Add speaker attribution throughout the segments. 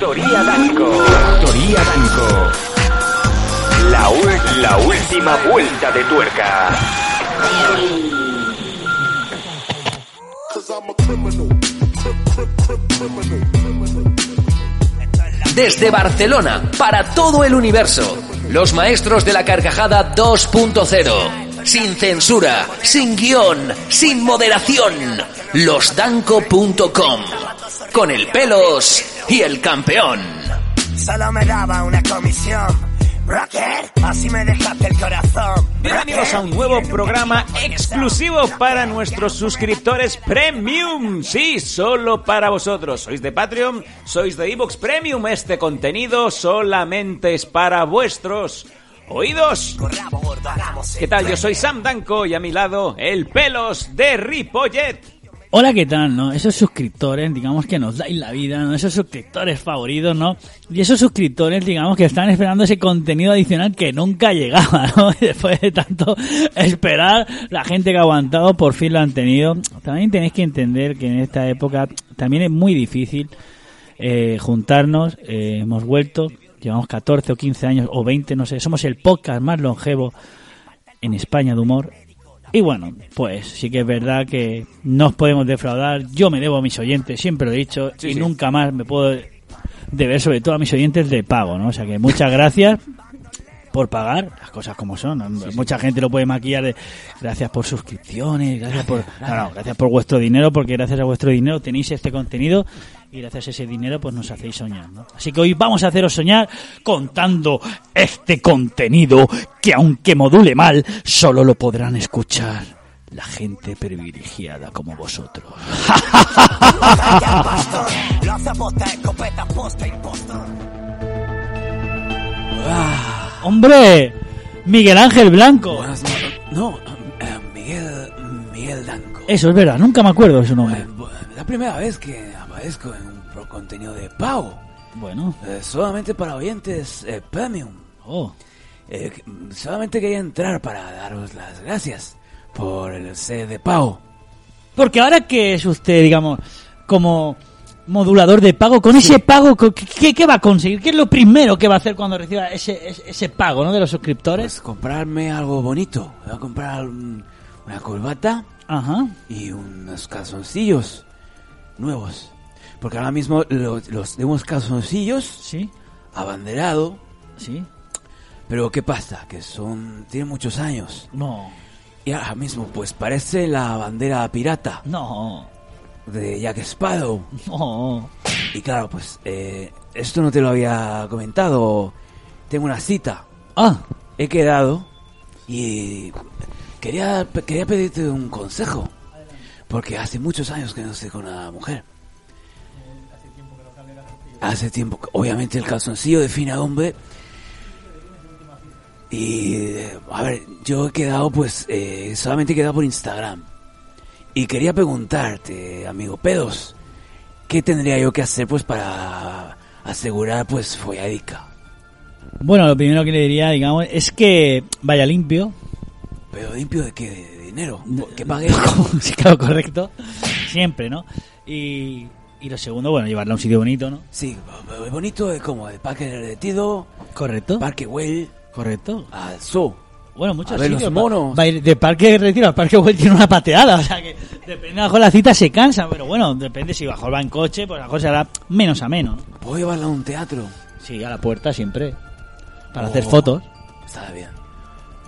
Speaker 1: Toría Danco. Toría Danco. La, ul- la última vuelta de tuerca.
Speaker 2: Desde Barcelona, para todo el universo, los maestros de la carcajada 2.0. Sin censura, sin guión, sin moderación. Losdanco.com. Con el pelos y el campeón.
Speaker 3: Solo me daba una comisión. Rocker, así me dejaste el corazón.
Speaker 4: Bienvenidos a un nuevo programa exclusivo para nuestros suscriptores Premium. Sí, solo para vosotros. ¿Sois de Patreon? ¿Sois de Evox Premium? Este contenido solamente es para vuestros oídos. ¿Qué tal? Yo soy Sam Danco y a mi lado el pelos de Ripollet.
Speaker 5: Hola, ¿qué tal? ¿No? Esos suscriptores, digamos que nos dais la vida, ¿no? Esos suscriptores favoritos, ¿no? Y esos suscriptores, digamos que están esperando ese contenido adicional que nunca llegaba, ¿no? Y Después de tanto esperar, la gente que ha aguantado por fin lo han tenido. También tenéis que entender que en esta época también es muy difícil eh, juntarnos. Eh, hemos vuelto, llevamos 14 o 15 años o 20, no sé. Somos el podcast más longevo en España de humor. Y bueno, pues sí que es verdad que no os podemos defraudar. Yo me debo a mis oyentes, siempre lo he dicho,
Speaker 4: Sí,
Speaker 5: y
Speaker 4: sí.
Speaker 5: nunca más me puedo deber, sobre todo a mis oyentes de pago, ¿no? O sea que muchas gracias por pagar las cosas como son. Mucha gente lo puede maquillar de gracias por suscripciones, gracias por no, no, gracias por vuestro dinero, porque gracias a vuestro dinero tenéis este contenido y gracias a ese dinero pues nos hacéis soñar. ¿no? Así que hoy vamos a haceros soñar contando este contenido que aunque module mal, solo lo podrán escuchar la gente privilegiada como vosotros.
Speaker 3: Lo hace posta, escopeta, posta, impostor.
Speaker 5: Hombre, Miguel Ángel Blanco.
Speaker 6: No, eh, Miguel, Miguel Danco.
Speaker 5: Eso es verdad, nunca me acuerdo de su nombre.
Speaker 6: La primera vez que aparezco en un pro- contenido de pago,
Speaker 5: Bueno,
Speaker 6: eh, solamente para oyentes eh, premium.
Speaker 5: oh,
Speaker 6: Eh, que- mm, solamente quería entrar para daros las gracias por el C de pago.
Speaker 5: Porque ahora que es usted, digamos, como modulador de pago, con ese pago, co- ¿qué, ¿qué va a conseguir? ¿Qué es lo primero que va a hacer cuando reciba ese, ese, ese pago ¿no? de los suscriptores?
Speaker 6: Pues comprarme algo bonito. Voy a comprar un- una corbata
Speaker 5: Ajá.
Speaker 6: y unos calzoncillos nuevos. Porque ahora mismo los, los tenemos calzoncillos
Speaker 5: Sí,
Speaker 6: abanderado.
Speaker 5: sí.
Speaker 6: Pero ¿qué pasa? Que son... tienen muchos años.
Speaker 5: No,
Speaker 6: Y ahora mismo, pues parece la bandera pirata
Speaker 5: no,
Speaker 6: de Jack Sparrow.
Speaker 5: no.
Speaker 6: Y claro, pues eh, esto no te lo había comentado. Tengo una cita.
Speaker 5: Ah,
Speaker 6: He quedado y quería, quería pedirte un consejo. Porque hace muchos años que no estoy con una mujer. Hace tiempo que, obviamente, el calzoncillo define a hombre. Y, eh, a ver, yo he quedado, pues, eh, solamente he quedado por Instagram. Y quería preguntarte, amigo Pedos, ¿qué tendría yo que hacer, pues, para asegurar, pues, folladica?
Speaker 5: bueno, lo primero que le diría, digamos, es que vaya limpio.
Speaker 6: ¿Pero limpio de qué? ¿De dinero? ¿Qué pagué?
Speaker 5: sí, claro, correcto. Siempre, ¿no? Y, y lo segundo, bueno, llevarla a un sitio bonito, ¿no?
Speaker 6: Sí, bonito es como el parque derretido,
Speaker 5: Correcto.
Speaker 6: parque Well,
Speaker 5: Correcto.
Speaker 6: al zoo.
Speaker 5: Bueno, muchos
Speaker 6: A ver, los
Speaker 5: sitios. va-
Speaker 6: monos.
Speaker 5: va a ir de parque de retiro a parque Güell tiene una pateada. O sea que depende, a lo mejor la cita se cansa. Pero bueno, depende si bajo va en coche, pues a lo mejor se hará menos a menos.
Speaker 6: ¿Puedo llevarla a un teatro?
Speaker 5: Sí, a la puerta siempre. Para
Speaker 6: Oh.
Speaker 5: hacer fotos.
Speaker 6: Está bien.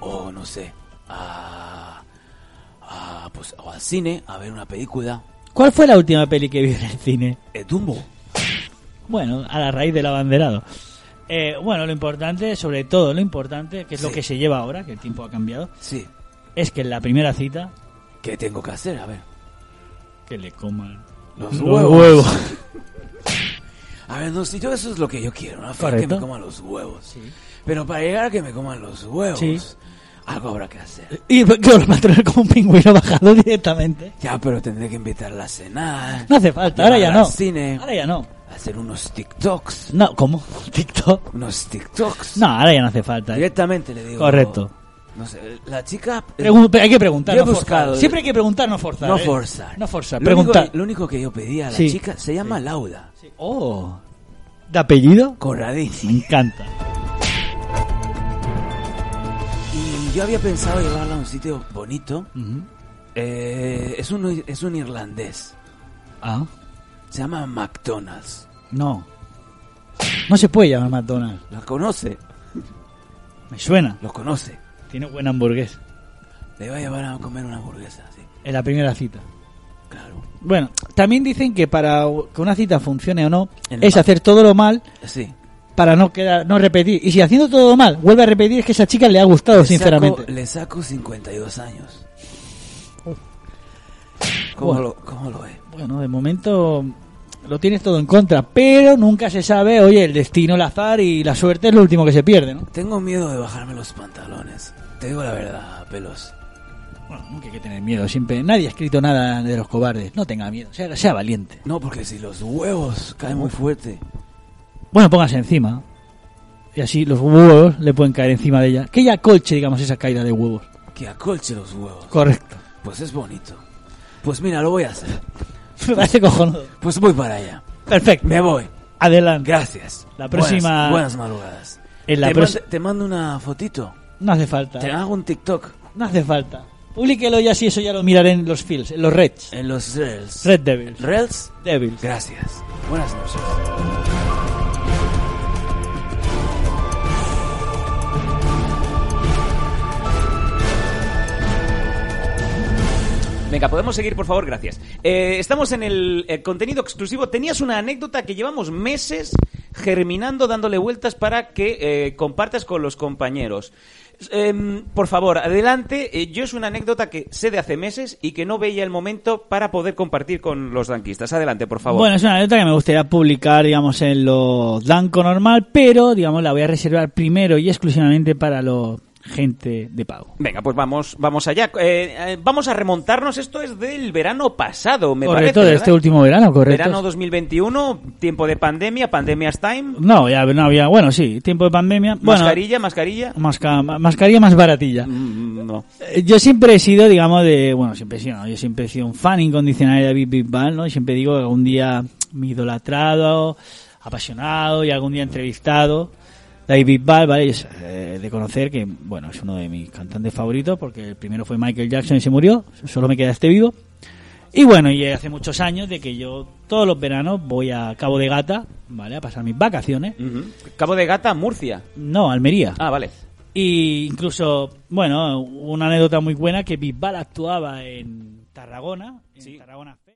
Speaker 6: O no sé, a, a, pues, o al cine, a ver una película.
Speaker 5: ¿Cuál fue la última peli que vi en el cine?
Speaker 6: Eh, Dumbo.
Speaker 5: Bueno, a la raíz del abanderado. Eh, bueno, lo importante, sobre todo lo importante, que es lo
Speaker 6: Sí.
Speaker 5: que se lleva ahora, que el tiempo ha cambiado,
Speaker 6: Sí.
Speaker 5: es que en la primera cita,
Speaker 6: ¿Qué tengo que hacer? A ver.
Speaker 5: que le coman
Speaker 6: Los
Speaker 5: los
Speaker 6: huevos.
Speaker 5: huevos.
Speaker 6: A ver, no sé, yo eso es lo que yo quiero, una fiesta que
Speaker 5: Correcto.
Speaker 6: me coman los huevos.
Speaker 5: Sí.
Speaker 6: Pero para llegar a que me coman los huevos,
Speaker 5: Sí.
Speaker 6: algo habrá que hacer.
Speaker 5: Y que los va a tener como un pingüino bajado directamente.
Speaker 6: Ya, pero tendré que invitarla a cenar.
Speaker 5: No hace falta, ahora ya
Speaker 6: llevarla
Speaker 5: no.
Speaker 6: al cine.
Speaker 5: Ahora ya no.
Speaker 6: hacer unos TikToks.
Speaker 5: No, ¿cómo? ¿TikTok?
Speaker 6: Unos TikToks.
Speaker 5: No, ahora ya no hace falta. ¿eh?
Speaker 6: Directamente le digo.
Speaker 5: Correcto.
Speaker 6: No sé, la chica.
Speaker 5: Pregun- hay que preguntar,
Speaker 6: Yo he
Speaker 5: no forzar.
Speaker 6: buscado-
Speaker 5: Siempre hay que preguntar, no forzar.
Speaker 6: no
Speaker 5: ¿eh?
Speaker 6: forzar.
Speaker 5: No forzar,
Speaker 6: Lo único-
Speaker 5: preguntar.
Speaker 6: lo único que yo pedía a la
Speaker 5: Sí.
Speaker 6: chica se llama Laura.
Speaker 5: Oh,
Speaker 7: ¿De apellido?
Speaker 6: Corradín.
Speaker 5: Me encanta.
Speaker 6: Y yo había pensado llevarla a un sitio bonito. Eh, es, un, es un irlandés.
Speaker 5: Ah,
Speaker 6: Se llama McDonald's.
Speaker 5: no. No se puede llamar McDonald's.
Speaker 6: ¿Lo conoce?
Speaker 5: Me suena.
Speaker 6: Lo conoce.
Speaker 5: Tiene buena hamburguesa.
Speaker 6: Le iba a llevar a comer una hamburguesa, sí.
Speaker 5: En la primera cita.
Speaker 6: Claro.
Speaker 5: Bueno, también dicen que para que una cita funcione o no,
Speaker 6: El
Speaker 5: es
Speaker 6: mal.
Speaker 5: hacer todo lo mal
Speaker 6: Sí.
Speaker 5: para no quedar, no repetir. Y si haciendo todo lo mal vuelve a repetir, es que a esa chica le ha gustado,
Speaker 6: Le
Speaker 5: sinceramente.
Speaker 6: saco- le saco 52 años. ¿Cómo,
Speaker 5: Bueno.
Speaker 6: lo, ¿Cómo lo ve?
Speaker 5: Bueno, de momento lo tienes todo en contra, pero nunca se sabe, oye, el destino, el azar y la suerte es lo último que se pierde, ¿no?
Speaker 6: Tengo miedo de bajarme los pantalones. Te digo la verdad, pelos.
Speaker 5: Bueno, nunca hay que tener miedo, siempre. Nadie ha escrito nada de los cobardes, no tenga miedo, sea, sea valiente.
Speaker 6: No, porque si los huevos caen muy fuerte.
Speaker 5: Bueno, póngase encima. Y así los huevos le pueden caer encima de ella. Que ella colche, digamos, esa caída de huevos.
Speaker 6: Que acolche los huevos.
Speaker 5: Correcto.
Speaker 6: Pues es bonito. Pues mira, lo voy a hacer.
Speaker 5: Me parece cojonudo.
Speaker 6: Pues voy para allá.
Speaker 5: Perfecto.
Speaker 6: Me voy.
Speaker 5: Adelante.
Speaker 6: Gracias.
Speaker 5: La próxima-
Speaker 6: Buenas, buenas madrugadas.
Speaker 5: En la
Speaker 6: te,
Speaker 5: pros-
Speaker 6: mando, te mando una fotito.
Speaker 5: No hace falta.
Speaker 6: Te hago un TikTok
Speaker 5: No hace falta. Publíquelo ya si eso ya lo miraré en los fields, en los Reds.
Speaker 6: en los Reels.
Speaker 5: Red Devils.
Speaker 6: Reels.
Speaker 5: Devils.
Speaker 6: Gracias. Buenas noches.
Speaker 4: Venga, podemos seguir, por favor, gracias. Eh, estamos en el, eh, contenido exclusivo. Tenías una anécdota que llevamos meses germinando, dándole vueltas para que eh, compartas con los compañeros. Em, por favor, adelante. Eh, yo es una anécdota que sé de hace meses y que no veía el momento para poder compartir con los danquistas. Adelante, por favor.
Speaker 5: Bueno, es una anécdota que me gustaría publicar, digamos, en lo blanco normal, pero, digamos, la voy a reservar primero y exclusivamente para los gente de pago.
Speaker 4: Venga, pues vamos, vamos allá. Eh, eh, vamos a remontarnos. Esto es del verano pasado, me
Speaker 5: correcto,
Speaker 4: parece.
Speaker 5: de
Speaker 4: ¿verdad?
Speaker 5: este último verano, correcto.
Speaker 4: Verano 2021, tiempo de pandemia, pandemia's time.
Speaker 5: No, ya no había, bueno, sí, tiempo de pandemia. Bueno,
Speaker 4: Mascarilla, mascarilla.
Speaker 5: masca- ma- mascarilla más baratilla.
Speaker 4: Mm, No.
Speaker 5: Eh, Yo siempre he sido, digamos, de. Bueno, siempre he sido, no, yo siempre he sido un fan incondicional de David Bisbal, ¿no? Y siempre digo que algún día mi idolatrado, apasionado y algún día entrevistado. David Bisbal, ¿vale? Es eh, de conocer que, bueno, es uno de mis cantantes favoritos porque el primero fue Michael Jackson y se murió, solo me queda este vivo. Y bueno, y hace muchos años de que yo todos los veranos voy a Cabo de Gata, ¿vale? A pasar mis vacaciones.
Speaker 4: Ujú. Cabo de Gata, Murcia.
Speaker 5: No, Almería.
Speaker 4: Ah, vale.
Speaker 5: Y incluso, bueno, una anécdota muy buena que Bisbal actuaba en Tarragona, en Tarragona Fest.